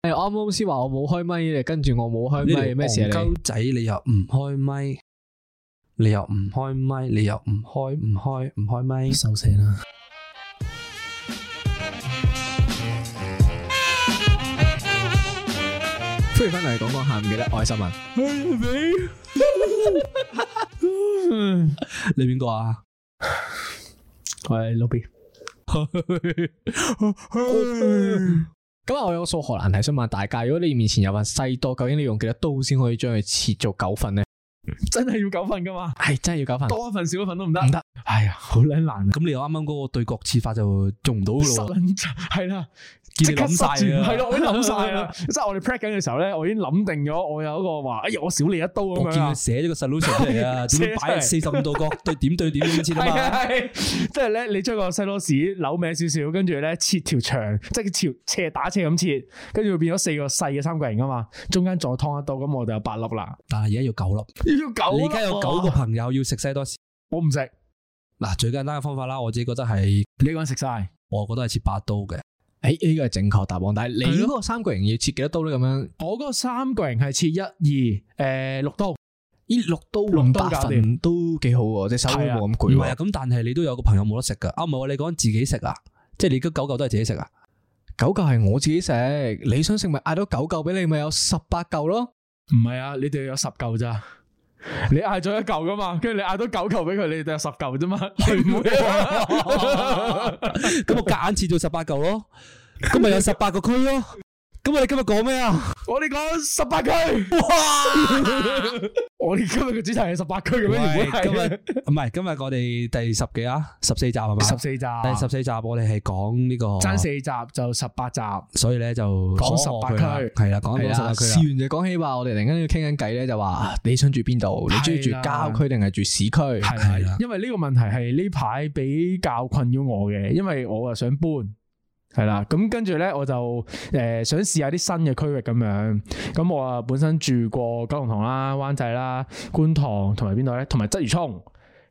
係我啱啱先話我冇開咪，你跟住我冇開呢咪，條咩事啊戇你？鳩仔，你又唔開咪，你又唔開咪，你又唔開唔開唔開咪。收聲啦！歡迎翻嚟講講下唔記得愛新聞， 你邊個啊？我係老 B，咁啊，我有個數學難題想問大家，如果你面前有份西多，究竟你用幾多刀先可以將佢切做九份咧？真係要九份噶嘛？係真係要九份？多一份少一份都唔得，唔得。哎呀，好撚難啊！咁你又啱啱嗰個對角切法就做唔到噶失咯喎，撚咗係啦，見你諗晒啊係咯，我已 經諗晒啦。即係我哋 prep 緊嘅時候咧，我已經諗定咗，我有一個話，哎呀，我少你一刀咁我樣見啊佢。寫咗個 solution 出嚟 啊，點樣擺四十五度角對點對點咁切啊係嘛。係，即係咧，你將個西多士扭歪少少，跟住咧切條長，即係條斜打斜咁切，跟住會變咗四個細嘅三角形啊嘛，中間再劏一刀，咁我就有八粒啦。但係而家要九啊粒，要九你而家有九個，朋友要食西多士。我唔食，嗱，最簡單嘅方法啦，我自己覺得係，你一個人食晒。我覺得係切八刀嘅。誒呢個係正確答案，但係你係嗰個三角形要切幾多刀咧？咁樣我嗰個三角形係切一二誒六刀，呢六刀六刀換八搞掂份都幾好喎，隻手都冇咁啊唔攰係啊，喎。咁但係你都有個朋友冇得食噶。啊，唔係喎，你講自己食啊？即係你嗰九嚿都係自己食啊？九嚿係我自己食，你想食咪嗌多九嚿俾你，咪有十八嚿 咯。 唔係啊，你哋有十嚿咋？你嗌咗一嚿噶嘛，跟住你嗌多九嚿俾佢，你哋有十嚿啫嘛，你唔會哦啊。咁我夾硬切做十八嚿咯，咁咪有十八個區咯。哦啊咁我哋今日講咩啊？ 我哋講十八區， 我哋今日嘅主題係十八區嘅喂咩？原本今日係唔係今日我哋第十幾啊？十四集係嘛？十四集，第十四集我哋係講呢個爭四集就十八集，所以咧就講18可可佢啦區啊係啦，講一係講十啦，八區試啦。完就講起話，我哋突然間要傾緊偈咧，就話啊你想住邊度？你中意住係啦郊區定係住市區？係係啊啦啦。因為呢個問題係呢排比較困擾我嘅，因為我啊想搬。係啦，咁跟住咧，我就誒、呃想試下啲新嘅區域咁樣。咁我啊本身住過九龍塘啦、灣仔啦、觀塘同埋邊度咧，同埋鰂魚涌。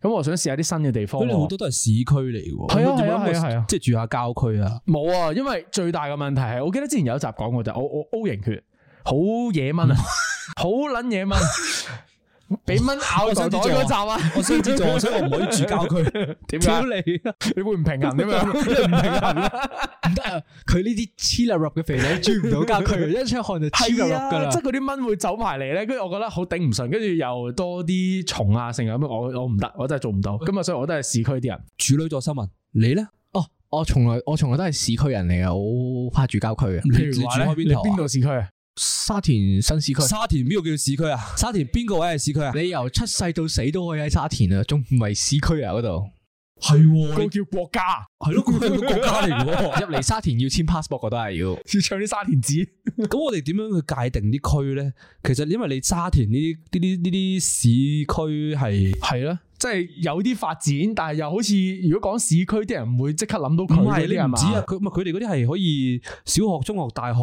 咁我想試下啲新嘅地方佢哋好喎。多都係市區嚟嘅喎，係啊有冇係啊諗過係啊係啊即係住下郊區啊。冇啊，因為最大嘅問題係，我記得之前有一集講過就，我我 O 型血，好野蚊啊，好撚野蚊，俾蚊咬袋袋嗰 集啊，我雙子座，所以我唔可以住郊區。點屌解你，你會唔平衡點樣？唔平 衡啊唔得啊！佢呢啲黐立入嘅肥仔住唔到郊 區，一出汗就黐立入係噶啊，啦即係。嗰啲蚊會走埋嚟咧，跟住我覺得好頂唔順，跟住又多啲蟲啊，成日咁樣，我我唔得，我真係做唔到，咁啊，所以我都係市區啲人。處女座新聞，你咧？哦，我從來我從來都係市區人嚟嘅，我好怕住郊區嘅。你譬住如話開咧，你邊頭啊邊度市區啊？沙田新市區，沙田邊個叫市區啊？沙田邊個位係市區啊？你由出世到死都可以喺沙田啊，仲唔係市區啊嗰度？係喎，個你叫國家，係咯，佢係個國家嚟嘅喎。入嚟沙田要簽 passport 我都係要。要唱啲沙田子。咁我哋點樣去界定啲區咧？其實因為你沙田呢啲呢啲呢啲市區係係咯，即係有啲發展，但係又好似如果講市區啲人唔會即刻諗到唔佢嗰係你啲係唔嘛？止啊？佢唔係佢哋嗰啲係可以小學、中學、大學，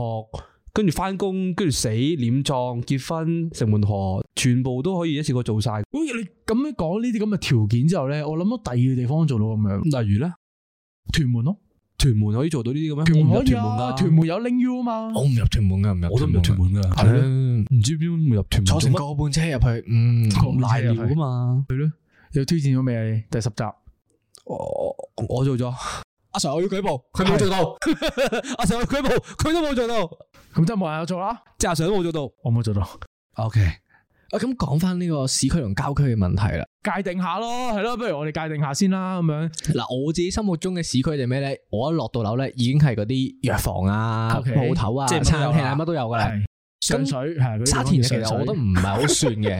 跟住翻工，跟住死、殮葬、結婚、城門河，全部都可以一次過做晒。喂，你咁樣講呢啲咁嘅條件之後咧，我諗到第二個地方做到咁樣，例如咧，屯門咯，屯門可以做到呢啲嘅屯咩？門我唔可入以屯門啊，㗎，屯門有 Ling U 啊嘛，我唔入屯門噶，唔入我都唔入屯屯門㗎。門。係咯，唔知邊會入屯門坐成啫個半車入去，嗯，個賴尿啊嘛！有挑戰咗未啊？你第十集我我我做咗， 阿 Sir 我要舉報，佢冇做到。阿 Sir 舉報，佢都冇做到，咁真係冇人有做啦，即係阿 Sir 都冇做到。我冇做到， OK，啊，咁講翻呢個市區同郊區嘅問題啦。界定下咯，係咯，不如我哋界定下先啦，咁樣嗱，我自己心目中嘅市區係咩咧？我一落到樓咧，已經係嗰啲藥房啊、 OK，鋪頭啊、即係乜都餐有啦廳啊，乜都有噶啦。上水係嗰啲沙田其地實方叫我上覺得水唔係好算嘅，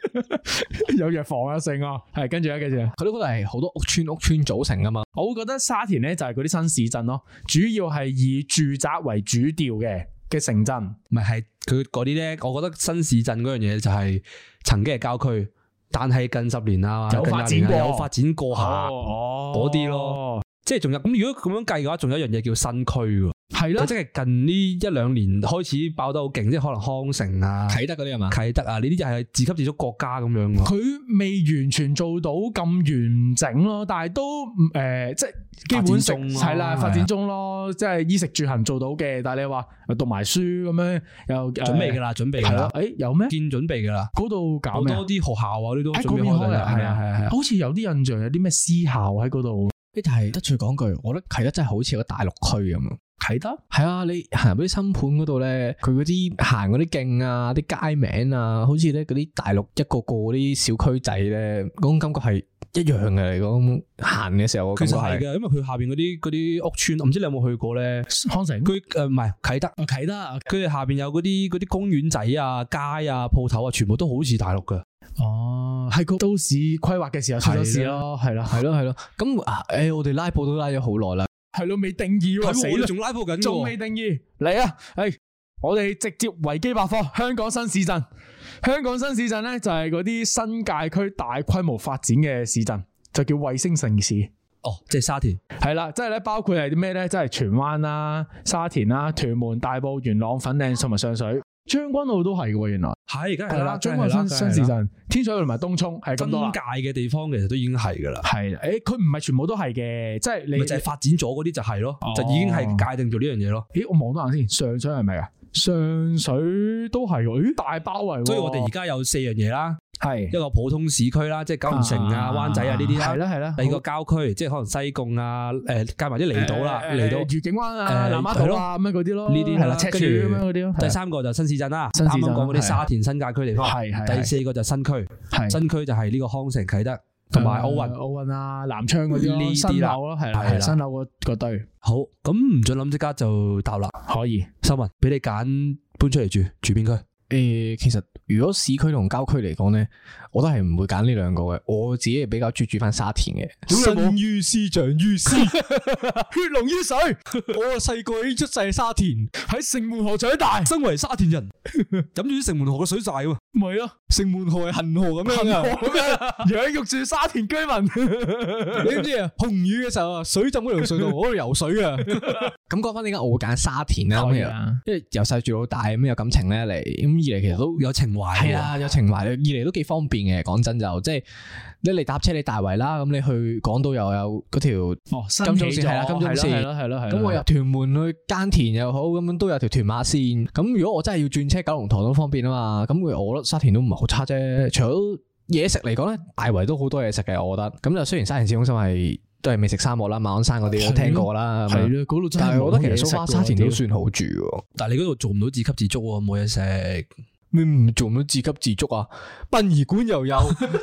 有藥房啊，剩啊，係跟住咧，跟住呢佢都嗰度係好多屋村屋村組成噶嘛。我會覺得沙田咧就係嗰啲新市鎮咯，主要係以住宅為主調嘅嘅城鎮。唔係係佢嗰啲咧，我覺得新市鎮嗰樣嘢就係曾經係郊區，但係近十年啊，有近發廿年啊展過有發展過下，哦啊嗰啲咯，即係仲有咁。如果咁樣計嘅話，仲有一樣嘢叫新區喎，係啦佢，即係近呢一兩年開始爆得好勁，即係可能康城啊、啟德嗰啲啊嘛，啟德啊呢啲就係自給自足國家咁樣喎。佢未完全做到咁完整咯，但係都誒、呃即係基本發展中食咯係啦，係啊發展中咯，即係衣食住行做到嘅。但係你話呃讀埋書咁樣又準備㗎啊啦，啦，準備㗎係啦啦，，誒有咩？建準備㗎啦，嗰好度搞咩啊？多啲學校啊，呢哎啲都喺準嗰備邊開開㗎啦，係啊，係啊，係啊啊，係啊，係係啊啊，。好似有啲印象，有啲咩私校喺嗰度呢但係得罪講句，我覺得啟德真係好似個大陸區咁啊。啟德。係啊，你行嗰啲新盤嗰度咧，佢嗰啲行嗰啲徑啊，啲街名啊，好似咧嗰啲大陸一個個嗰啲小區仔咧，嗰種感覺係一樣嘅嚟講，行嘅時候其嘅實感係覺係。嘅，因為佢下邊嗰啲嗰啲屋村，唔知你有冇去過咧？康城佢呃誒唔係啟德，哦啟德啊佢哋下邊有嗰啲嗰啲公園仔啊、街啊、鋪頭啊，全部都好似大陸嘅。哦，係個都市規劃嘅時候出咗事咯，係啦，係咯係咯，咁啊，诶，我哋拉布都拉咗好耐啦，係咯，未定義喎，死啦，仲拉布緊仲未定義，嗯嚟啊，係我哋直接維基百科，香港新市鎮，香港新市鎮咧就係嗰啲新界區大規模發展嘅市鎮，就叫衛星城市。哦，即係沙田。係啦，即係咧，包括係啲咩咧？即係荃灣啦、沙田啦、屯門、大埔、元朗、粉嶺同埋上水、將軍澳都係嘅喎，原來係，而家係啦，將將軍澳新新市鎮、天水圍同埋東涌係新咁界多啦。啊嘅地方其實都已經係㗎啦。係啦，誒，佢唔係全部都係嘅，即係咪你哦就係發展咗嗰啲就係咯，就已經係界定咗呢樣嘢咯。咦，我望多眼先，上水係咪啊？上水都係喎，咦，大包圍喎，所以我哋而家有四樣嘢啦，係一個普通市區啦，即係九龍城啊、灣仔啊呢啲啦。係啦係啦，第二個郊區，即係可能西貢啊，誒加埋啲離島啦，誒離誒島。愉景灣啊、誒南丫島啊咁樣嗰啲咯，呢啲係啦，啦赤柱跟住咁樣嗰啲咯，第三個就新市鎮啦，新啱市鎮啱講嗰啲係啊沙田新界區地方。係係嗯係第四個就新區，係新區就係呢個康城、啟德同埋奧運誒。奧運啊、南昌嗰啲呢咯，啲啦新樓咯，係啦，係啦係新樓嗰嗰堆好，咁唔准諗，即刻就答啦。可以。秀文，俾你揀搬出嚟住，住邊區？诶、其實如果市區同郊區嚟講咧，我都係唔會揀呢兩個嘅。我自己係比較中意住翻沙田嘅。生於斯，長於 斯。血濃於水，我細個已經出世喺沙田，喺城門河長大，身為沙 田人，飲住啲城門河嘅水寨喎，咪咯，城門河係恒河咁樣咁 樣養育住沙田居民。你知唔知啊？紅雨嘅時候啊，水浸嗰條隧道，我喺度游水啊。咁講翻點解我會揀沙田啦？可以咁樣啊，因為由細住到大，咁有感情咧嚟，咁二嚟其實哦都有情懷系喎。啊，有情懷。二嚟都幾方便嘅，講真就即係你嚟搭車你大圍啦，咁你去港島又有嗰條。哦，新金鐘起線係啦咗哦金鐘線係咯係咯係咯。咁我入屯門去耕田又好，咁樣都有條屯馬線。咁如果我真係要轉車九龍塘都方便啊嘛。咁佢我覺得沙田都唔係好差啫。除咗嘢食嚟講咧，大圍都好多嘢食嘅，我覺得。咁就雖然沙田市中心係都係美食沙漠啦，馬鞍山嗰啲都係咯聽過啦。係咁樣咯，嗰度真但係係我冇覺嘢得食其喎。實蘇花沙田都屌算好住喎。但係你嗰度做唔到自給自足喎，冇嘢食。你唔做唔到自給自足啊？殯儀館又有，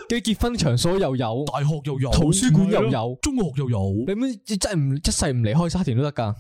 嘅結婚場所又有，大學又有，圖書館又有，中學又有。你乜真係唔一世唔離開沙田都得㗎。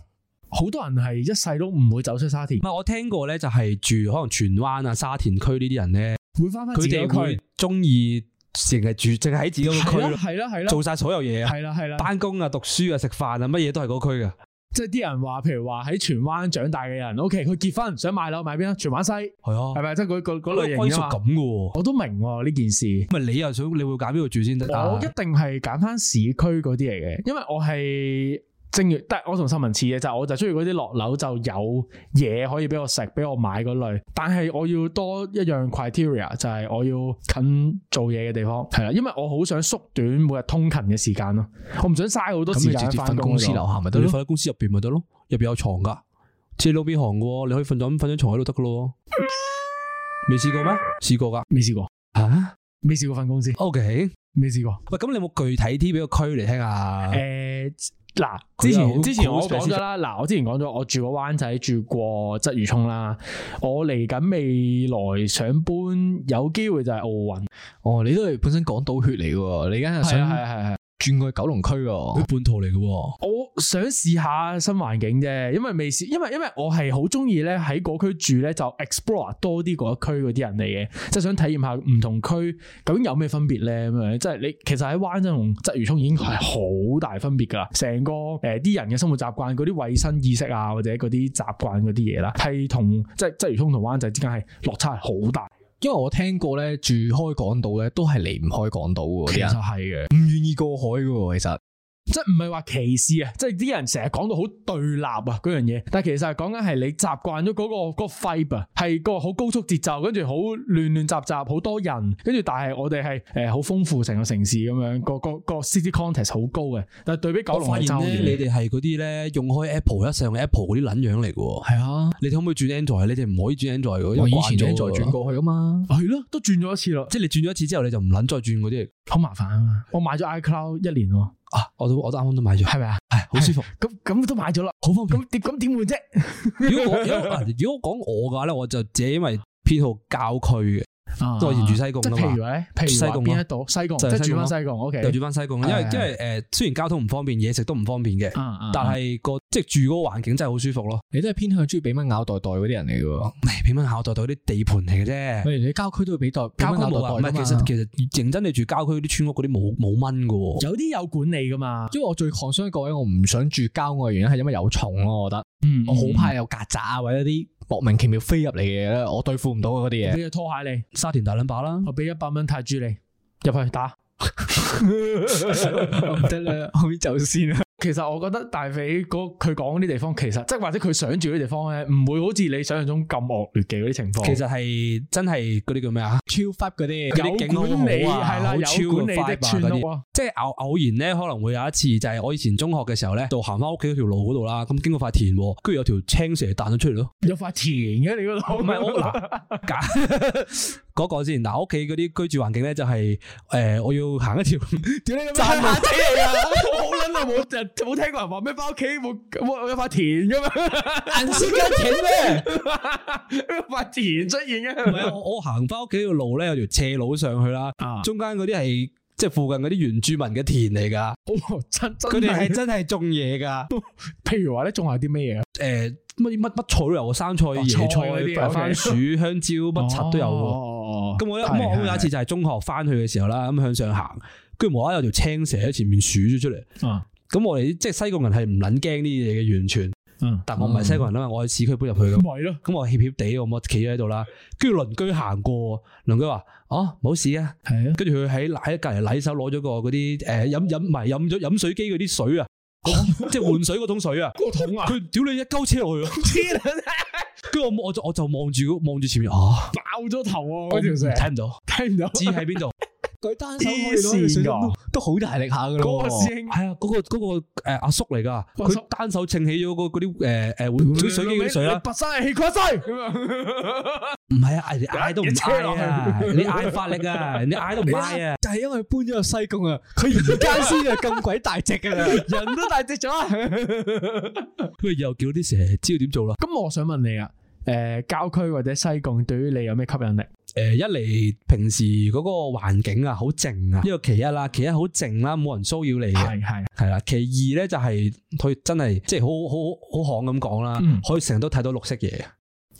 好多人係一世都唔會走出沙田唔，係我聽過咧，就係住可能荃灣啊、沙田區呢啲人咧，會翻翻佢哋會中意淨係住，淨係喺自己個區係啦咯，係啦係啦，做晒所有嘢啊，係啦係啦，翻工啊、讀書啊、食飯啊，乜嘢都係嗰區嘅。即係啲人話，譬如話喺荃灣長大嘅人，OK，佢結婚想買樓買邊啊？荃灣西係係啊，咪？即係嗰嗰嗰嗰類類型歸屬㗎嘛感嘅喎。我都明喎呢件事。咪你又想你會揀邊度住先得？啊我一定係揀翻市區嗰啲嚟嘅，因為我係正如，但係我同新聞似嘅，就係我就中意嗰啲落樓就有嘢可以俾我食，俾我買嗰類。但係我要多一樣 criteria，就係我要近做嘢嘅地方，係啦，因為我好想縮短每日通勤嘅時間咯。我唔想嘥好多咁時你間直接翻瞓工公司嗰度樓下咪得但你咯。瞓喺公司入邊咪得咯，入邊有床噶，似路邊行嘅喎，你可以瞓咗瞓張床喺度得噶咯。未試過咩？試過噶未試過，嚇。未試過翻公司， O K，未試過。喂，咁你有冇具體啲俾個區嚟聽下？誒嗱，呃佢之又好前之前好我講咗啦，嗱，我之前講咗，我住過灣仔，住過鰂魚涌啦，我嚟緊未來想搬，有機會就係奧運，哦，你都係本身港島血嚟嘅喎，你而家係係啊想係啊係啊係啊，轉過去九龍區喎佢。半途嚟嘅喎，我想試下新環境啫，因為未試，因為因為我係好中意咧喺嗰區住咧就 explore 多啲嗰區嗰啲人嚟嘅，即係想體驗下唔同區究竟有咩分別咧咁樣，即係你其實喺灣仔同鰂魚涌已經係好大分別㗎啦，成個誒啲、人嘅生活習慣、嗰啲衞生意識啊，或者嗰啲習慣嗰啲嘢啦，係同即係鰂魚涌同灣仔之間係落差係好大，因為我聽過咧，住開港島咧都係離唔開港島嘅，啲其實人係嘅。唔願意過海嘅喎，其實。即係唔係話歧視啊，即係啲人成日講到好對立啊嗰樣嘢，但係其實係講緊係你習慣咗嗰個嗰個 vibe 啊，係個好高速節奏，跟住好亂亂雜雜，好多人，跟住但係我哋係誒好豐富成個城市咁樣，個個個 city context 好高嘅，但係對比九我龍發係現爭好咧，遠。你哋係嗰啲咧用開 Apple 一上 Apple 嗰啲撚樣嚟嘅喎。係啊，你哋可唔可以轉 Android？你哋唔可以啊轉 Android 嘅，因我為以慣前咗咧再轉轉過，過去噶嘛。係咯，都轉咗一次咯，即係你轉咗一次之後，你就唔撚再轉嗰啲好麻煩啊嘛。我買咗 iCloud 一年喎，啊！我都我都啱啱都買 咗，係咪啊？係好舒服，咁咁都買咗啦，好方便。咁點咁點換啫？如果我如果啊如果講我嘅話咧，我就自己因為偏好郊區嘅，即係我以前住西貢即係㗎譬嘛如。咧，譬西貢如話咯邊一度西貢，就係即係西貢住翻咯西貢，OK。又住翻西貢，因為啊係因為誒雖然交通唔方便，嘢食都唔方便嘅，啊啊但係個即係住嗰個環境真係好舒服咯。你都係偏向中意俾蚊咬袋袋嗰啲人嚟嘅喎。唉俾蚊咬袋袋啲地盤嚟嘅啫，喂，你郊區都會俾袋，俾郊蚊區咬冇啊，袋唔袋㗎嘛係其實其實認真你住郊區啲村屋嗰啲冇冇蚊嘅喎。有啲有管理噶嘛，因為我最 concern 一個位，我唔想住郊外嘅原因係因為有蟲咯，我覺得嗯我好怕有曱甴啊，或者啲莫名其妙飛入嚟嘅嘢咧，我對付唔到嗰啲嘢。嗯 俾只拖鞋你，沙田大撚把啦，我俾一百蚊泰铢你入去打。 我唔得啦，後面走先啦。其實我覺得大肥嗰佢講嗰啲地方，其實即係或者佢想住嗰啲地方咧，唔會好似你想象中咁惡劣嘅嗰啲情況。其實係真係嗰啲叫咩啊？超 fuck 嗰啲，啲有景好好啊管理係啦，好超有管理的嘅 vibe 啊村屋啊，即係偶偶然咧，可能會有一次就係我以前中學嘅時候咧，就行翻屋企嗰條路嗰度啦，咁經過塊田喎，跟住有條青蛇彈咗出嚟咯。有塊田嘅你嗰度。唔係我嗱，假嗰個先嗱，屋企嗰啲居住環境咧就係誒，我要行一條屌你咁樣下仔嚟啊！ 我好撚耐冇人冇聽過人話咩翻屋企冇冇有塊田噶嘛，銀色嘅田咩？有塊田出現嘅唔 係咪係啊啊？我我行翻屋企條路咧，有條斜路上去啦，啊中間嗰啲係即係附近嗰啲原住民嘅田嚟㗎，哦真真佢哋係係真係種嘢㗎。譬如話咧，種下啲咩嘢啊？誒乜乜乜菜都有，生哦菜、菜嗰椰菜、啲白 OK 番薯、香蕉，乜柒都有喎。喎咁我一咁我有一次就哦係中學翻去嘅時候啦，咁向上行，跟住無啦啦有條青蛇喺前面鼠咗出嚟。啊，咁我哋即係西貢人係唔撚驚呢啲嘢嘅，完全。嗯，但我唔係西貢人啊嘛，我喺市區搬入去咁。咪咯，咁我怯怯地，我咪企咗喺度啦。跟住鄰居行過，鄰居話：哦，冇事啊。係啊，跟住佢喺喺隔離攋手攞咗個嗰啲誒飲飲唔係飲咗飲水機嗰啲水啊， 即係換水嗰桶水啊。個桶啊，佢屌你一鳩車落去啊！ 黐撚跟住我我就我就望住望住前面啊，爆咗頭啊！我嗰條蛇睇唔到，睇唔到，知喺邊 度？佢單手手可可以以攞去水水深都都好大力下噶咯。嗰個師兄係啊，嗰個嗰個誒阿叔嚟㗎，阿叔佢單手撐起咗嗰嗰啲誒誒水水機嗰啲水你啦，拔晒氣，乾晒啊咁樣，唔係啊，你嗌都唔一車落嗌去啊，你嗌發力啊，你嗌都唔 嗌啊，就係因為搬咗去西貢啊，佢而家先係咁鬼大隻噶啊 啦，人都大隻咗。佢又叫啲蛇知道點做啦。 咁我想問你啊，誒，郊區或者西貢對於你有咩吸引力？誒呃一嚟平時嗰個環境啊，好靜啊，呢個其一啦，其一好靜啦，冇人騷擾你嘅，係係，係啦。其二咧就係佢真係即係好好好行咁講嗯啦，可以成日都睇到綠色嘢。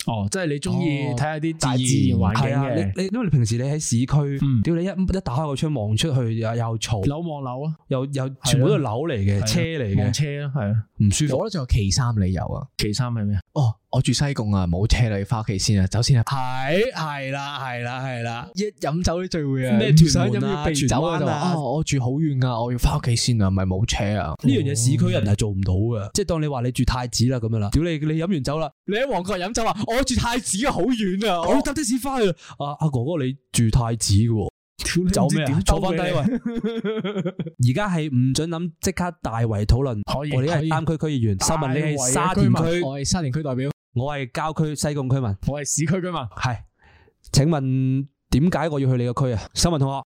哦，即係你中意哦睇下啲大自然環係境啊，嘅。你你因為你平時你喺市區嗯，屌你一一打開個窗望出去又又嘈，樓望樓啊，又又全部都係樓嚟係啊嘅，車嚟望嘅，車啊，係啊。唔舒服。我咧仲有其三理由啊。其三係咩啊？哦，我住西貢啊，冇車啦，要翻屋企先啊，走先啊。係係啦係啦係啦，一飲酒啲聚會啊，咩唔屯想門飲啊要避酒啊，荃灣就話啊啊我住好遠啊，我要翻屋企先啊，咪冇車啊。呢樣嘢市區人係做唔到嘅，即係當你話你住太子啦咁樣啦，屌你你飲完酒啦，你喺旺角飲酒啊，我住太子啊，好遠啊，我要我搭的士翻去啦。啊阿哥哥你住太子嘅喎，走咩啊？坐翻低喂，而家係唔准諗即刻大圍討論。可以我哋係可以三區區議員，新聞你係大圍嘅沙居田民區，我係沙田區代表。我係郊區西貢區民。我係市區居民。系，请问点解我要去你個區啊？新聞同學，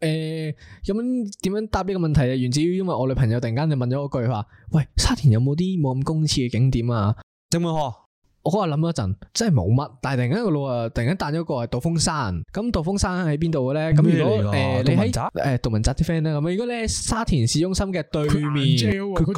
诶，咁樣點樣答呢個問題啊？源自於因為我女朋友突然間就問咗我句話，喂，沙田有冇啲冇咁公廁嘅景點啊？鄭文學，我嗰日諗咗一陣，真係冇乜，但係突然間個腦啊，突然間彈咗個係道風山，咁道風山喺邊度嘅咧？咁如咩嚟果㗎诶你杜汶喺澤诶杜汶澤啲 friend 咧，咁如果你喺沙田市中心嘅對面，佢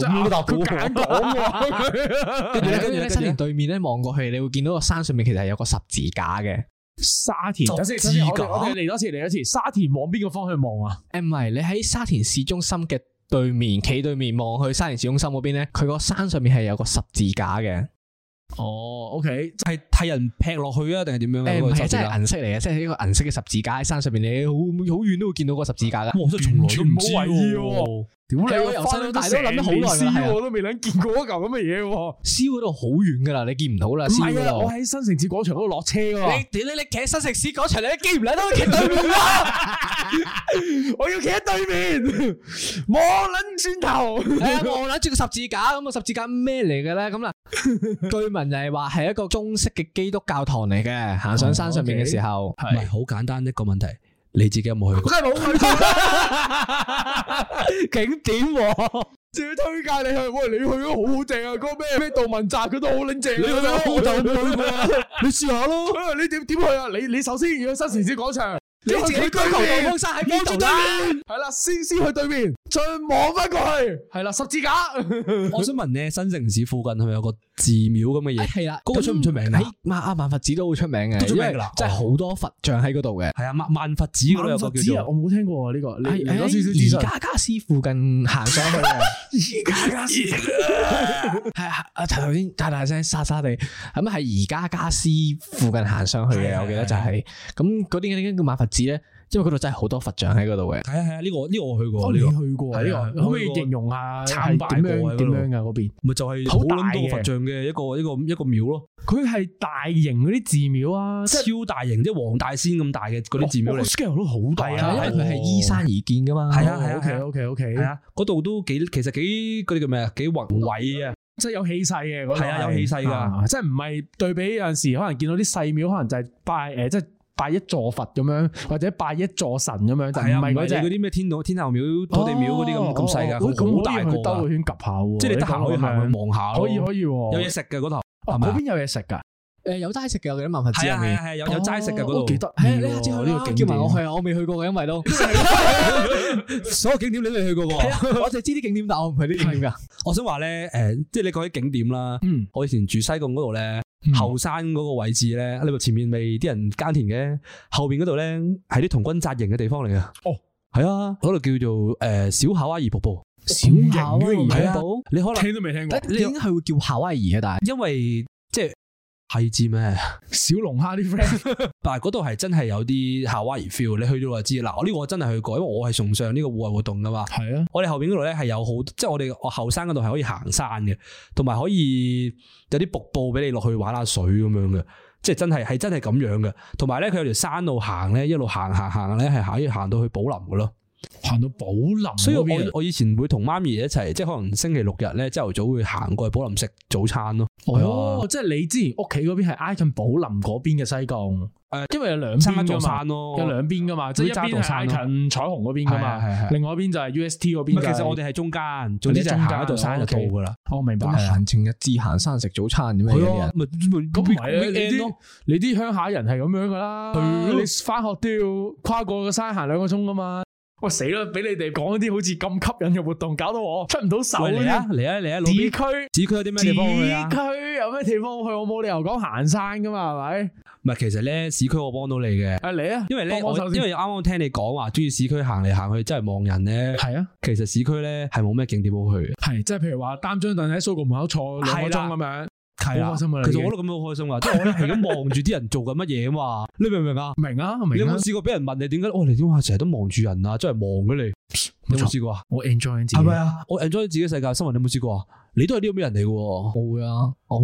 真係佢揀講喎，跟住咧，跟住咧，沙田對面咧望過去，你會見到個山上面其實係有個十字架嘅。沙田，等先等先我哋我哋嚟多次嚟多次，沙田往邊個方向望啊？誒唔係，你喺沙田市中心嘅對面，企對面望去沙田市中心嗰邊咧，佢個山上面係有個十字架嘅。哦，OK，系替人劈落去啊，定系点样啊？誒唔嗰個係，十字真架係銀色嚟嘅，即係一個銀色嘅十字架喺山上面，你好好遠都會見到個十字架噶。哇！真係從來都唔知完全冇懷疑喎喎，屌你，我由細到大都諗咗好耐㗎係啊我都未諗見過一嚿咁嘅嘢喎。燒嗰度好遠噶啦，你見唔到啦，唔燒係嗰啊，我度。喺新城市廣場嗰度落車喎，你屌你你企喺新食市嗰場，你都見唔到企對面啦。我要企喺對面，望撚轉係頭。啊，我諗住個十字架，咁個十字架咩嚟嘅咧？咁啦，據聞就係話係一個中式嘅基督教堂嚟嘅，行上山上面嘅時候。唔系好簡單一個問題，你自己有冇去過？梗系冇去過啦，景點喎。仲要推介你去，喂，你去咗好好正啊！嗰個咩咩杜汶澤嗰度好撚正啊，你去我就冇去過啊你試下咯。你點點去啊？你你首先要去新城市廣場，你你自己 Google 杜面峰山喺邊度啦？係啦，先先去對面，再望翻過去，係啦，十字架。我想問咧，新城市附近係咪有個寺廟咁嘅嘢？哎係啦，嗰個出唔出名㗎喺萬啊萬佛寺都好出名嘅，都出因名㗎啦為真係好多佛像喺嗰度嘅。係啊，萬萬佛寺嗰度有個知啊叫，做我哎冇聽過啊呢個，你係你多少少資喺訊哎而。家家私附近行上去嘅。而家係係啊！頭先大大聲沙沙地，咁係而家家私附近行上去係嘅，係我記得就係咁嗰啲點解叫萬佛寺咧？因為嗰度真係好多佛像喺嗰度嘅。係啊係啊，呢個呢個我去過我呢你個，去過係啊啊呢個，可唔可以我去過形容下參拜係點過啊樣點嗰度樣噶嗰邊？咪就係好好大嘅撚多佛像嘅一個一個一個廟咯，佢係大型嗰啲寺廟啊，即係超大型，即係黃大仙咁大嘅嗰啲寺廟嚟。 ，scale 都好大係係啊因為佢係依山而建噶嘛。係啊係啊 o 係 k 啊哦 OK OK，係，啊，嗰度都幾其實幾嗰啲叫咩啊？幾宏偉啊！即係有氣勢嘅嗰度，係啊有氣勢㗎啊即係唔係對比有陣時可能見到啲細廟，可能就係拜誒，即係拜一座佛咁樣，或者拜一座神咁樣，就係啊，唔唔係係嗰嗰隻啲嗰啲咩天道天后廟、土地廟嗰啲咁咁細㗎，哦哦哦咁好大可以去兜個個㗎，啊圈 𥄫 下喎，即係你得閒可以行去望下可以可以以喎，有嘢食嘅嗰頭。哦係咪啊嗰邊有嘢食㗎，誒有齋食嘅，我記得萬佛寺係入啊係啊面。係啊，有有齋食嘅嗰哦度，嗯哦幾得意係喎你下次去呢個啦，景叫點埋我去啊！我未去過嘅，因為 都啊所有景點你未去過係啊喎。我就係知啲景點，但我唔去啲景點㗎。我想話咧，誒，即係你講起景點啦。嗯，我以前住西貢嗰度咧，嗯後山嗰個位置咧，你咪前面咪啲人耕田嘅，後邊嗰度咧係啲童軍紮營嘅地方嚟嘅。哦，係啊，嗰度叫做誒小夏威夷瀑布。小夏威夷係係啊啊，你可能聽都未聽過，你點解佢會叫夏威夷嘅？但係因為即係係知咩？小龍蝦 啲 friend 但係嗰度係真係有啲夏威夷 feel，你去咗就知。嗱，我呢個我真係去過，因為我係崇尚呢個戶外活動噶嘛。係啊，我哋後邊嗰度咧係有好，即係我哋我後山嗰度係可以行山嘅，同埋可以有啲瀑布俾你落去玩下水咁樣嘅，即係真係係真係咁樣嘅。同埋咧，佢有條山路行咧，一路行行行咧係可以行到去寶林嘅咯。行到寶林嗰邊啊，所以我我以前會同媽咪一齊，即係可能星期六日咧朝頭早會行過去寶林食早餐咯。哦，即係你之前屋企嗰邊係挨近寶林嗰邊嘅西貢，誒因為有係兩啊，爭一邊座噶嘛山，咯。有兩邊噶嘛，即係一揸邊到係山挨咯近彩虹嗰邊噶係啊係啊係啊嘛，另外一邊就係 UST 嗰唔邊就係。係其實我哋係中間，哦總之就係行一座山就到噶啦。我明白，啊咁行程日志行山食早餐咁樣嘅啲人。咪咁唔係啊你 weekend 咯啲。你啲鄉下人係咁樣噶啦，你翻學都要跨過個山行兩個鐘噶嘛。喂死啦！俾你哋講啲好似咁吸引嘅活動，搞到我出唔到手喂嚟啊啊！嚟啊嚟啊！老市 B，區市區有啲市咩地方去啊？區有咩地方去？我冇理由講行山噶嘛，係咪？唔係，其實咧市區我幫到你嘅，啊嚟啊！因為咧幫我幫手先因為啱啱我聽你講話中意市區行嚟行去，真係望人咧。係啊。其實市區咧係冇咩景點好去嘅。系，即係譬如話擔張凳喺蘇局門口坐兩個鐘咁樣，係好開心啊其實你已經我都咁好開心啊，即係我咧係咁望住啲人做緊乜嘢啊嘛。 你明唔明啊？明啊，你明有啊冇，試過俾人問你點解？哦，你點解成日都望住人啊？真係望嘅你，有冇錯冇試過啊？我 enjoy 緊自己，係咪啊？我 enjoy 自己世界，新聞你有冇試過啊？你都係啲咁嘅人嚟嘅喎。我會啊，我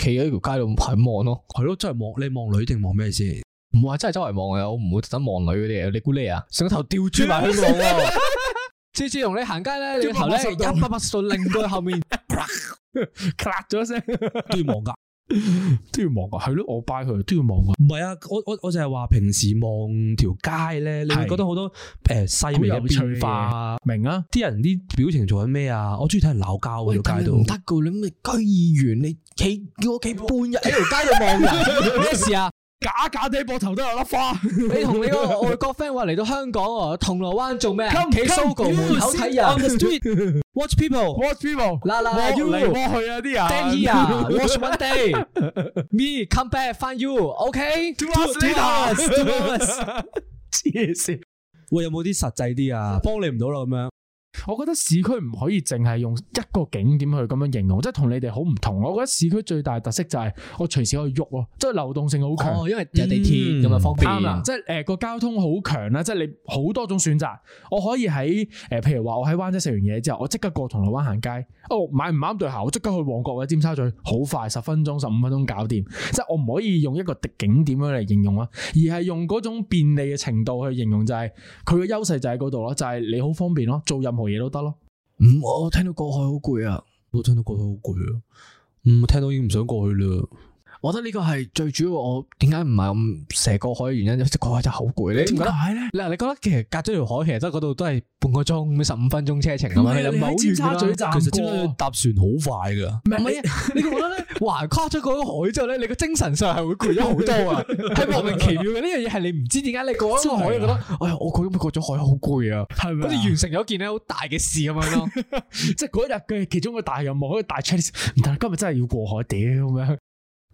企喺條街度係望咯。係咯，真係望你望女定望 咩先？唔係真係周圍望啊嘅，我唔會特登望女嗰啲嘢。你估你啊？上頭吊轉埋去望啊喎。 次次同你行街咧，你個頭咧180一度百八十度擰過去後 面，咔咗一聲 都要望㗎。都要望啊，係咯，我拜佢都要望啊，唔係啊，我我我就係話平時望條街咧，你會係覺得好多誒細微好嘅有趣嘅變化啊，明啊，啲人啲表情做緊咩啊？我中意睇人鬧交喎，條街但係度唔。得噶，你咪區議員，你企叫我企半日喺條街度望人，咩事啊？假假地膊頭都有粒花，你同你個外國 friend 話嚟到香港喎，銅鑼灣做咩啊？ Come- 企 come, Sogo you 門口睇啊 On the 人 street，watch people，me watch people，嗱嗱嗱望 you 嚟望去啊啲人，Stand here，watch one day，me come back find you，OK？ Two hours later. two hours。 黐線，喂，有冇啲實際 啲啊？幫你唔到啦咁樣。我覺得市區唔可以淨係用一個景點去咁樣形容，即係同你哋好唔同。我覺得市區最大特色就係我隨時可以喐喎，即係流動性好強。哦，因為有地鐵咁啊方便。啱啦，即係诶個交通好強啦，即係你好多種選擇。我可以喺诶、呃譬如話我喺灣仔食完嘢之後，我即刻過銅鑼灣行街。哦，買唔啱對鞋，我即刻去旺角或者尖沙咀，好快，十分鐘、十五分鐘搞掂。即係我唔可以用一個景點樣嚟形容啦，而係用嗰種便利嘅程度去形容，就係佢嘅優勢就喺嗰度咯，就係你好方便咯，做任何嘢都得咯。嗯，我聽到過去好攰啊，我聽到過去好攰啊。嗯，我聽到已經唔想過去啦。我覺得呢個係最主要，我點解唔係咁成過海嘅原因，即係過海真係好攰。你唔覺得？解咧？嗱，你覺得其實隔咗條海，其實得嗰度都係半個鐘、十五分鐘車程啊咁唔係樣，你唔係好喺尖遠㗎沙啦咀站其實過真啊係搭船好快㗎。唔係啊，你覺得咧，橫跨咗嗰個海之後咧，你個精神上係會攰咗好多 啊，係莫名其妙嘅呢樣嘢係你唔知點解你過咗個海，你覺得，哎呀，我過咗過咗海好攰啊，係好咪啊似完成咗件咧好大嘅事咁樣咯。即係嗰日嘅其中一個大任務，可以大 check 唔得，今日真係要過海屌咁樣。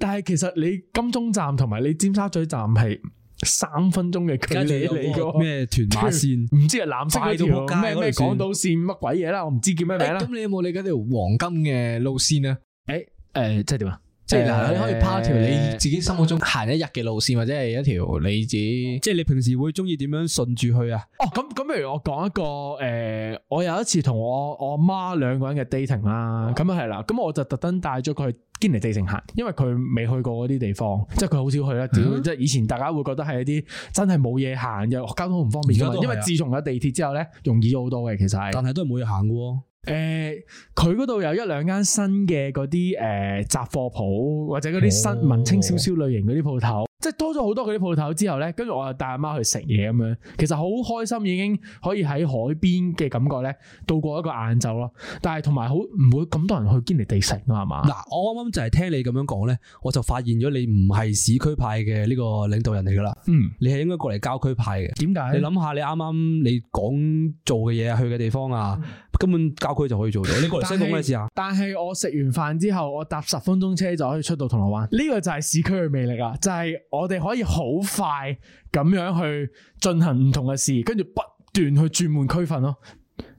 但係其實你金鐘站同埋你尖沙咀站係三分鐘嘅距跟住離有嚟個嘅，咩屯馬線，唔知係藍色嗰條快到仆街咩嗰咩條線港島線乜鬼嘢啦，我唔知叫咩名誒 啦咁。你有冇你嗰條黃金嘅路線啊？誒誒，即係點啊？即係嗱，誒你可以拋一條你自己心目中行一日嘅路線，或者係一條你自己 即係你平時會中意點樣順住去啊？哦，咁咁，不如我講一個誒、呃我有一次同我我媽兩個人嘅 dating 啦，咁啊係啦，咁我就特登帶咗佢去堅尼地城行，因為佢未去過嗰啲地方，即係佢好少去啦。嗯屌、即係以前大家會覺得係一啲真係冇嘢行又交通唔方便㗎而嘛家都係啊因為自從有地鐵之後咧，容易咗好多嘅其實係。但係都係每日行嘅喎。誒，佢嗰度有一兩間新嘅嗰啲誒雜貨鋪，或者嗰啲哦新文青少少類型嗰啲鋪頭，即係多咗好多嗰啲鋪頭之後咧，跟住我又帶阿媽去食嘢咁樣，其實好開心，已經可以喺海邊嘅感覺咧度過一個晏晝咯。但係同埋好唔會咁多人去堅尼地城啊，係嘛？嗱，我啱啱就係聽你咁樣講咧，我就發現咗你唔係市區派嘅呢個領導人嚟㗎啦，嗯，你係應該過嚟郊區派嘅。點解你？諗下，你啱啱你講做嘅嘢、去嘅地方啊，根本郊區就可以做到。你過嚟西貢嘅試下，但係我食完飯之後，我搭十分鐘車就可以出到銅鑼灣。呢、個就係市區嘅魅力啊！就係、我哋可以好快咁樣去進行唔同嘅事，跟住不斷去轉換區份咯。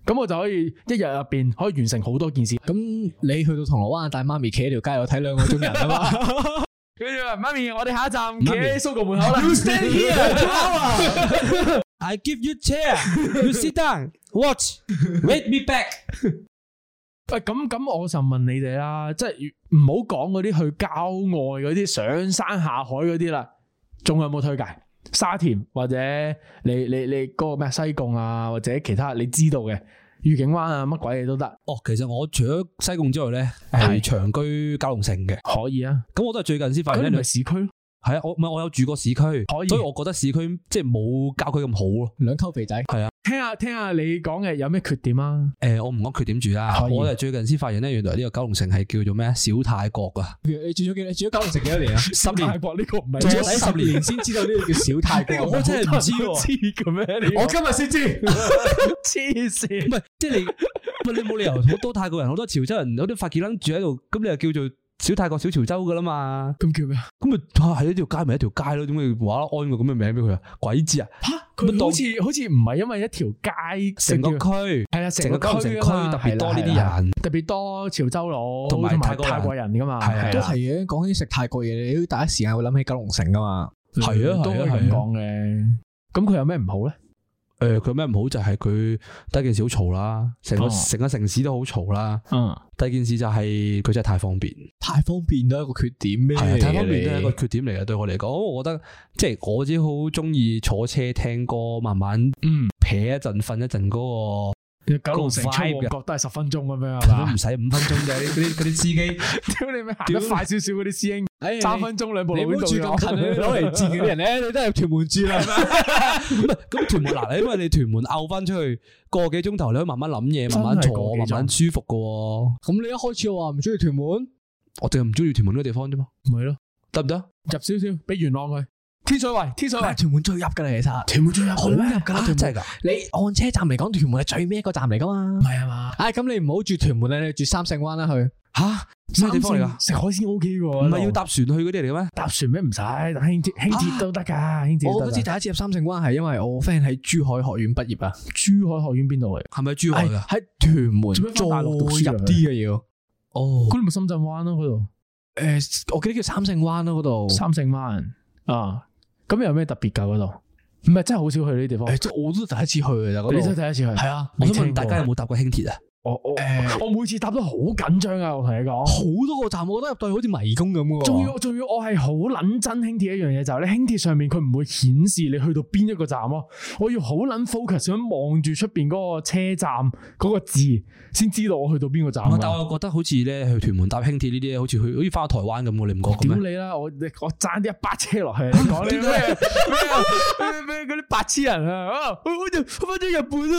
咁我就可以一日入邊可以完成好多件事。咁你去到銅鑼灣帶媽咪企喺條街度睇兩個鐘人啊嘛，跟住話媽咪，我哋下一站企咪喺蘇格門口啦。You stand here, two I give you chair, you sit down, watch, wait me back。喂，咁咁我就問你哋啦，即係唔好講嗰啲去郊外嗰啲上山下海嗰啲啦，仲有冇推介？沙田或者你你你嗰個咩西貢啊，或者其他你知道嘅御景灣啊，乜鬼嘢都得，哦，其實我除咗西貢之外咧，係係長居九龍城嘅。可以啊。咁我都係最近先發咁現你咧咪，市區咯，係啊，我唔係我有住過市區，可以所以我覺得市區即係冇郊區咁好咯。兩溝肥仔。聽下聽下你講嘅有咩缺點啊？誒、我唔講缺點住啦可，以我係最近先發現咧，原來呢個九龍城係叫做咩小泰國啊，你住咗幾？你住咗九龍城幾多年啊？十泰年，國呢個唔住係咗十年先知道呢個叫小泰國。我真係唔知我喎，知嘅 咩？你我今日先知， 黐線唔，係即係你， 喂你冇理由好多泰國人、好多潮州人、好多法結楞住喺度，咁你又叫做小泰國、小潮州噶啦嘛？咁叫咩啊？咁咪喺一條街咪一條街咯，點解要話安個咁嘅名俾佢啊？鬼知啊！嚇，佢好似好似唔係因為一條街成個區。係啦，成個九龍城區啊嘛特別多呢係啦係啦啲人，特別多潮州佬同埋泰國人泰國人噶嘛，係啊都係係嘅。講起食泰國嘢，你都第一時間會諗起九龍城噶嘛。係啊都可以係啊咁係啊講嘅。咁佢有咩唔好咧？誒呃佢有咩唔好就係佢第一件事好嘈啦，成個哦成個城市都好嘈啦。嗯，第二件事就係佢真係太方便，太方便都係一個缺點咩？係啊，太方便都係一個缺點嚟嘅。對我嚟講，我覺得即係我自己好中意坐車聽歌，慢慢嗯撇一陣瞓一陣嗰九龍城出旺角都係十分鐘咁樣係 個，都嘛 唔？使五分鐘嘅嗰啲嗰啲司機。屌你咪行得屌快少少嗰啲師 兄，哎三分鐘兩步你路唔好邊住度咁 近，啊你攞嚟賤嗰啲人咧，你都係屯門住啦。唔係咁屯門嗱，因為你屯門漚翻出去個幾鐘頭，你可以慢慢諗嘢，慢慢真係坐，個幾慢鐘慢舒服嘅喎。咁你一開始我話唔中意屯門，我淨係唔中意屯門呢個地方啫嘛，咪咯，得唔得？入少少俾元朗佢，天水圍，天水唔係圍，屯門最入噶啦，其實哦屯門最入好入噶啦，啊屯真門。係㗎，你按車站嚟講，屯門係最尾一個站嚟噶嘛唔？係啊嘛，唉，咁你唔好住屯門咧，你住三聖灣啦去。吓咩地方嚟㗎？食海鮮 O K 喎，唔係要搭船去嗰啲嚟嘅咩？搭船咩？唔使，搭輕鐵輕鐵都得㗎，輕鐵我嗰都得次㗎。第一次入三聖灣係因為我 friend 喺珠海學院畢業啊，珠海學院邊度嚟？係啊咪珠海係㗎？喺屯門做咩再返大陸讀書啊入啲嘅要。哦嗰，度咪深圳灣咯，嗰度誒，我記得叫三聖灣咯嗰度。三聖灣啊。咁有咩特別㗎？嗰度唔係真係好少去呢啲地方。誒，即係我都第一次去嘅咋嗰你真係度。第一次去，係啊，我未想問聽過大家有冇搭過輕鐵啊？我我誒我每次搭都好緊張啊！我同你講。好多個站，我覺得入到去好似迷宮咁嘅喎。仲要仲要，我係好撚憎輕鐵一樣嘢就係咧，輕鐵上面佢唔會顯示你去到邊一個站咯，我要好撚 focus 想望住出邊嗰個車站嗰個字，先知道我去到邊個站我但啊。我覺得好似咧去屯門搭輕鐵呢啲咧，好似去好似翻台灣咁喎，你唔覺嘅屌咩？你啦！我你我爭啲一巴車落去，你講啲咩咩咩咩嗰啲白痴人啊！啊我我就翻咗日本啊！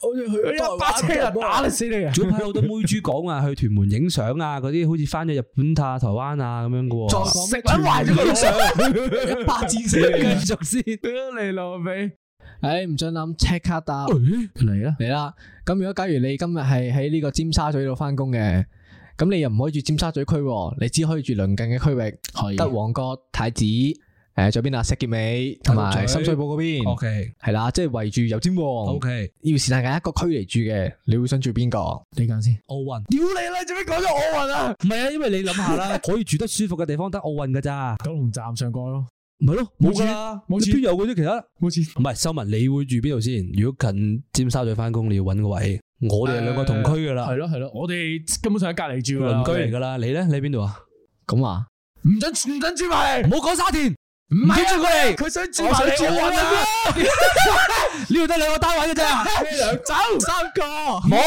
好似去我一巴哎車人打死你啊！早排好多妹豬講啊，去屯門影相啊，嗰啲好似翻咗日本啊、台灣啊咁樣嘅再喎。講食撚壞咗個 腦一巴煎死你 啊！繼續先，屌你老味！唉，唔想諗，啊即刻答。嚟啦！嚟啦。咁如果假如你今日係喺呢個尖沙咀度翻工嘅，咁你又唔可以住尖沙咀區喎，你只可以住鄰近嘅區域，係得旺角、太子，誒，仲有邊啊？石硤尾同埋深水埗嗰邊， OK 係啦，即係圍住油尖旺。 OK，要是但揀一個區嚟住嘅，你會想住邊個？你揀先。奧運屌你啦！做咩講咗我運啊？唔係啊，因為你諗下 啦，可以住得舒服嘅地方得奧運㗎咋，九龍站上蓋咯，唔係咯，冇冇錢㗎啦，冇錢邊有嗰啲其他？好似。唔係，修文，你會住邊度先？如果近尖沙咀翻工，你要揾個位，我哋係兩個同區㗎系啦，咯系咯，我哋根本上喺隔篱住㗎啦鄰居嚟㗎啦。你咧？你喺邊度啊？咁啊，唔准唔准住埋嚟，唔好講沙田。唔唔准係住過嚟佢想住我想埋住住我我啊！ 呢度得兩個單位嘅啫。 兩走三个，啊冇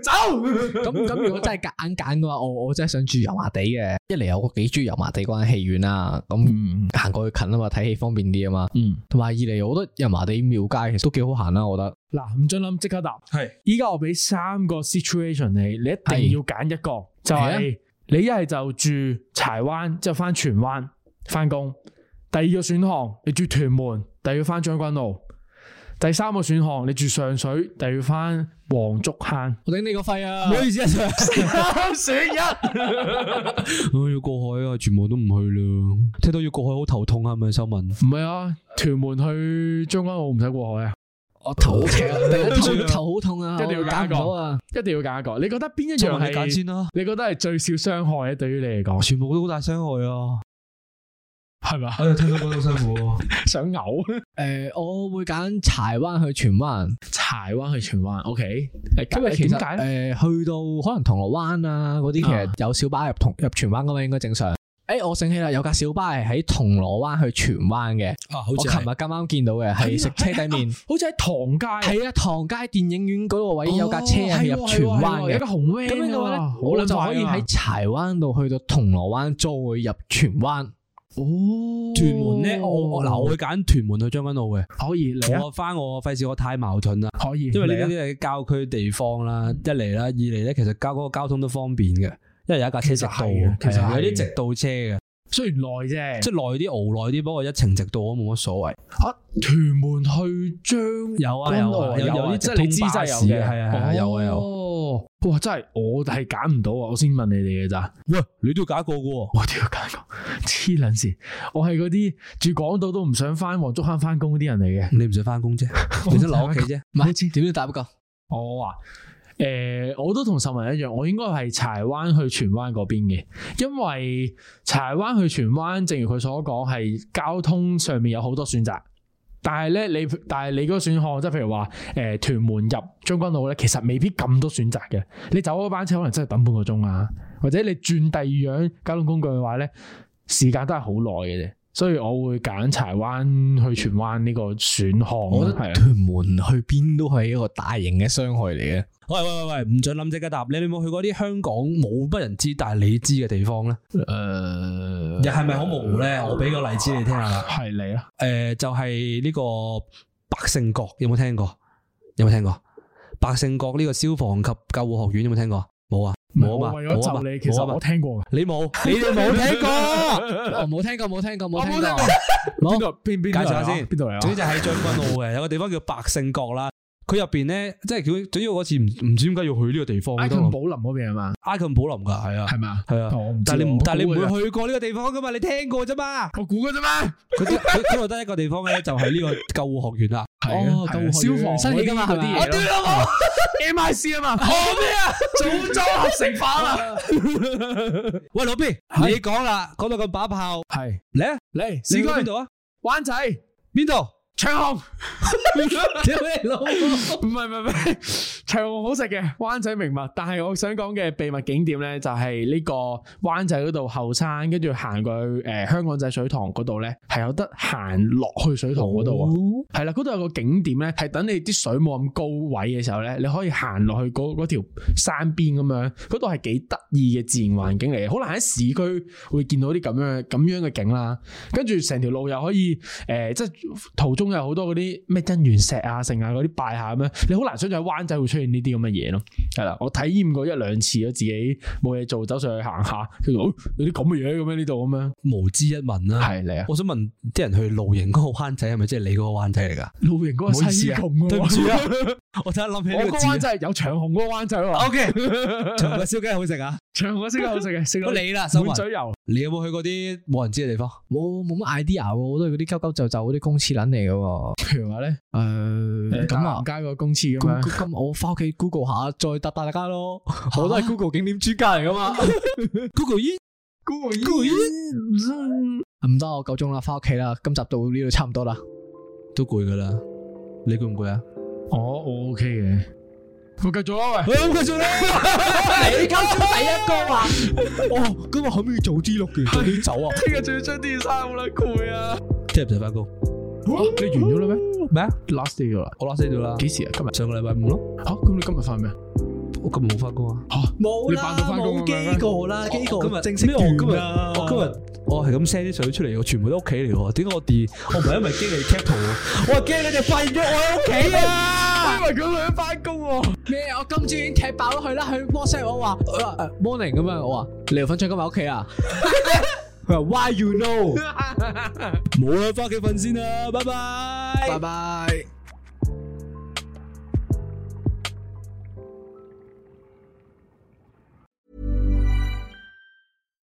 走。咁咁如果真係夾硬揀嘅話，我我真係想住油麻地嘅。一嚟我幾中意油麻地嗰間戲院啦，啊咁嗯行過去近啊嘛，睇戲方便啲啊嘛。嗯，同埋二嚟，我覺得油麻地廟街其實都幾好行啊啦，我覺得。嗱，唔准諗，即刻答。係，依家我俾三個 situation 你，你一定要揀一個，就係你一係就住柴灣，之後翻荃灣翻工；第二個選項你住屯門，第二要翻將軍澳；第三個選項你住上水，第二要翻黃竹坑。我頂你個肺 啊！意思啊，三選一，我要過海啊，全部都唔去啦。聽到要過海好頭痛啊，係咪秀文？ 唔係啊，屯門去將軍澳唔使過海啊，我頭好痛， 頭頭好痛啊！一定要揀唔揀一個到啊！一定要揀一個。你覺得邊一秀樣文你揀係先啦，你覺得係最少傷害嘅？對於你嚟講，全部都好大傷害啊！係嘛？哎呀，聽到覺得好辛苦。想嘔。誒，我會揀柴灣去荃灣，柴灣去荃灣，OK？因為其實誒去到可能銅鑼灣啊嗰啲，其啊實有小巴入銅入荃灣咁樣應該正常。誒，我醒起啦，有架小巴係喺銅鑼灣去荃灣嘅， 啊，好我琴日係啱啱見到嘅，係啊食車底面。好似喺唐街，哦係啊，唐街電影院嗰個位有架車哦係入荃灣嘅有架。紅 van 啊咁樣嘅話咧，我我就可以啊喺柴灣度去到銅鑼灣，再入荃灣。哦屯門咧，我我嗱，我會揀屯門去啊將軍澳嘅。可以嚟啊，我翻我費事我太矛盾啦，可以，因為呢嚟啊啲係郊區地方啦，一嚟啦，二嚟咧，其實交嗰個交通都方便嘅，因為有一架車直道嘅，其實係嘅係其實係啊嘅有啲直道車嘅，雖然耐啫，即係耐啲熬耐啲，不過一程直道我都冇乜所謂。啊屯門去將有啊軍有澳啊有有啲即直係你通知真巴係士有嘅，啊係啊係啊有啊有哦，哇！真係我係揀唔到啊，我先問你哋嘅咋。 喂，你都要揀一個嘅喎。我屌揀個黐撚線，我係嗰啲住港島都唔想翻黃竹坑翻工嗰啲人嚟嘅。你唔想翻工啫，你想留屋企啫。唔係點都答一個。我啊，诶、我都同秀文一樣，我應該係柴灣去荃灣嗰邊嘅，因為柴灣去荃灣，正如佢所講，係交通上面有好多選擇。但係咧，你但係你嗰個選項，即係譬如話，誒、屯門入將軍澳咧，其實未必咁多選擇嘅。你走嗰班車可能真係等半個鐘啊，或者你轉第二樣交通工具嘅話咧，時間都係好耐嘅啫。所以我會揀柴灣去荃灣呢個選項咯。我覺係得啊屯門去邊都係一個大型嘅傷害嚟嘅。喂喂喂喂，唔准諗即刻答。你有冇去過啲香港冇乜人知但係你知嘅地方咧？诶又係咪好模糊咧？我俾個例子你聽下啦。系你啊，诶、就係呢個百勝角，有冇聽過？有冇聽過？百勝角呢個消防及救護學院有冇聽過？冇啊。冇啊我嘛為冇啊咗嘛就你，其冇實啊嘛我聽過嘅。你冇，你哋冇聽 哦過。哦我冇聽過，冇聽過，冇聽我冇聽過過。冇邊度邊邊介度紹下嚟啊先邊度嚟啊？總之就喺將軍澳嘅，有個地方叫百勝角啦。佢入边咧，即係佢，總之我嗰次唔唔知點解要去呢個地方。埃琴寶林嗰邊係嘛？埃琴寶林㗎，係啊，係嘛？係啊我唔知但係你唔我，但係你唔估嘅啫會去啊過呢個地方㗎嘛？你聽過啫嘛？我估嘅啫嘛。佢得佢佢度得一個地方咧，就係呢個救護學院啦。係啊係啊消防新嗰起㗎嘛，係啲嗰啲咪嘢？咯老母！ M I C 啊嘛，我咩啊？ 早裝合成化啦， 喂，老 B，你講啦，講到咁把炮，係嚟啊！嚟你市去邊區度啊？灣仔邊度？長虹，屌你老 母！唔係唔係唔係， 長虹好食嘅灣仔名物，但係我想講嘅秘密景點咧，就係呢個灣仔嗰度後山，跟住行過去誒香港仔水塘嗰度咧，係有得行落去水塘嗰度啊。係啦，嗰度有個景點咧，係等你啲水冇咁高位嘅時候咧，你可以行落去嗰嗰條山邊咁樣，嗰度係幾得意嘅自然環境嚟嘅，好難喺市區會見到啲咁樣咁樣嘅景啦。跟住成條路又可以誒、呃即係途中有好多嗰啲咩姻緣石啊、剩啊嗰啲拜下咁樣，你好難想象喺灣仔會出現呢啲咁嘅嘢咯。係啦，我體驗過一兩次咯，自己冇嘢做，走上去行下，跟住哦有啲咁嘅嘢咁樣呢度咁樣，無知一問啦。係嚟啊！我想問啲人去露營嗰個灣仔係咪即係你嗰個灣仔嚟㗎？露營嗰個唔好意思西啊貢對唔喎住啊， 我突然諗起我呢嗰個個字灣啊。仔有長虹嗰個灣仔喎， O K，長 嘅燒雞好食啊！ 長虹嗰先好食嘅，食到咁哦你啦，收埋滿。嘴油。你有冇去過啲冇人知嘅地方？我冇乜 idea 喎，我都係嗰啲鳩鳩就就嗰啲公廁撚嚟嘅喎。 譬如話咧，誒咁啊大，南街個公廁咁咁樣，咁我翻屋企 Google 下，再答大家咯。 我都係 Google 景點專家嚟噶嘛。 Google 煙，Google 煙唔得，我夠鐘啦，翻屋企啦。今集到呢度差唔多啦。都攰噶啦，你攰唔 攰啊？我我哦 OK 嘅，哎我繼續啦喂。咁繼續啦， 你今朝第一個啊哎 話，哦，今日可唔可以早啲錄 完，早啲走啊？聽日仲要着啲衫，好撚攰啊！聽日唔使翻工你完咗啦咩哦咩啊？ ？Last day 啦，我 last day 咗啦，幾時啊？今日上個禮拜五咯，吓，咁你今日翻咩啊？我今日冇翻工啊。冇你扮到返工咁樣咩個啦，機哦今日咩我今日我今日我係咁 send 啲相出嚟，我全部都屋企嚟喎。點解我 d 我唔係因為驚你 cap 圖啊喎， 我係驚你哋發現咗我喺屋企 啊！我以為佢去翻工喎。咩？啊我今朝已經踢爆咗佢啦，佢 WhatsApp 我話佢話誒 morning 咁樣，我話你又瞓咗今日屋企啊？佢話 Why you know？冇啦，翻屋企瞓先啦，拜拜。拜拜。